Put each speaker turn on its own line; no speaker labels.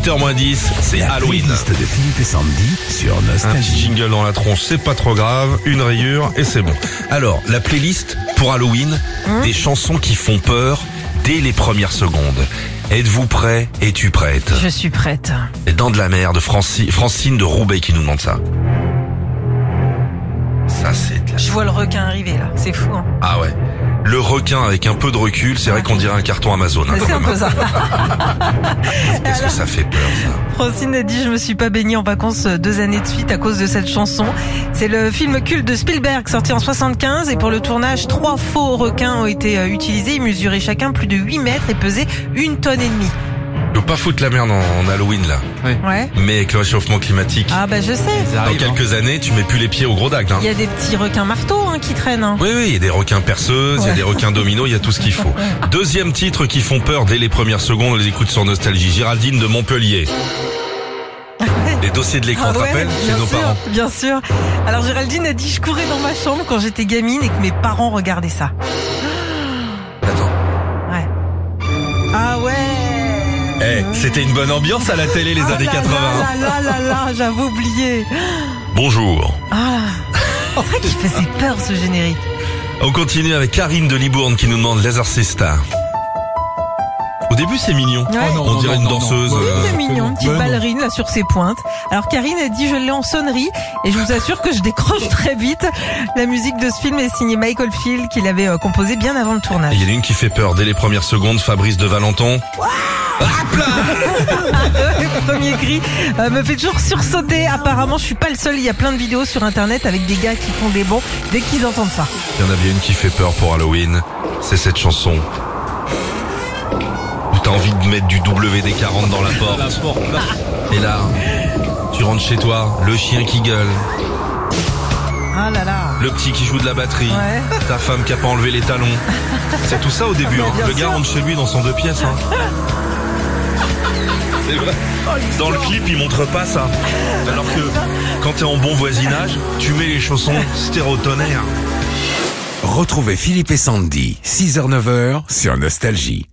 8h-10, c'est
La
Halloween.
playlist de Philippe et Sandy sur
Un petit
Nostalgie.
jingle dans la tronche, c'est pas trop grave, une rayure et c'est bon. Alors, la playlist pour Halloween, des chansons qui font peur dès les premières secondes. Êtes-vous prêt Es-tu prête
Je suis prête.
Les Dents de la mer de Franci- Francine de Roubaix qui nous demande ça. Ça c'est de la...
Je vois le requin arriver là, c'est fou. Hein
Ah ouais. Le requin avec un peu de recul, c'est vrai qu'on dirait un carton Amazon. hein, quand
c'est un
même.
peu ça.
Qu'est-ce que ça fait peur ça
Francine a dit je me suis pas baignée en vacances euh, deux années de suite à cause de cette chanson. C'est le film culte de Spielberg sorti en 75 et pour le tournage trois faux requins ont été euh, utilisés. Ils mesuraient chacun plus de 8 mètres et pesaient une tonne et demie.
Je veux pas foutre la merde en, en Halloween là,
Ouais.
mais avec le réchauffement climatique,
Ah bah je sais.
dans quelques années, tu mets plus les pieds au gros dague. hein.
Il y a des petits requins marteaux hein, qui traînent. hein.
Oui, oui, il y a des requins perceuses, il y a
Ouais.
des requins dominos, il y a tout ce qu'il faut. Deuxième titre qui font peur dès les premières secondes, on les écoute sur Nostalgie. Géraldine de Montpellier. Les dossiers de l'écran,
Ah ouais,
t'appelles chez
bien
nos
sûr,
parents.
Bien sûr. Alors Géraldine a dit je courais dans ma chambre quand j'étais gamine et que mes parents regardaient ça.
Attends.
Ouais. Ah ouais.
Eh, c'était une bonne ambiance à la télé les
Mmh. Ah
années
là
80. hein.
Là là là là, là, j'avais oublié.
Bonjour.
Ah. C'est vrai qu'il faisait
Ah.
peur ce générique.
On continue avec Karine de Libourne qui nous demande Laser Sista. Au début, c'est mignon.
Ouais. Oh non,
on dirait une danseuse.
Oui,
euh,
c'est mignon, petite
Ouais, non.
ballerine là sur ses pointes. Alors Karine a dit je l'ai en sonnerie et je vous assure que je décroche très vite. La musique de ce film est signée Michael Field qui l'avait euh, composée bien avant le tournage.
Il y en a une qui fait peur dès les premières secondes, Fabrice de Valenton.
Le premier cri euh, me fait toujours sursauter. Apparemment, je suis pas le seul. Il y a plein de vidéos sur internet avec des gars qui font des bons dès qu'ils entendent ça.
Il y en a bien une qui fait peur pour Halloween, c'est cette chanson. Où t'as envie de mettre du WD-40 dans la porte. Et là, tu rentres chez toi, le chien qui gueule,
Ah là là.
le petit qui joue de la batterie,
Ouais.
ta femme qui a pas enlevé les talons. C'est tout ça au début, hein.
bien
Le gars
sûr.
rentre chez lui dans son deux pièces, hein. C'est vrai. Dans le clip, il montre pas ça. Alors que quand t'es en bon voisinage, tu mets les chaussons stéréotonnerres.
Retrouvez Philippe et Sandy, 6h-9h sur Nostalgie.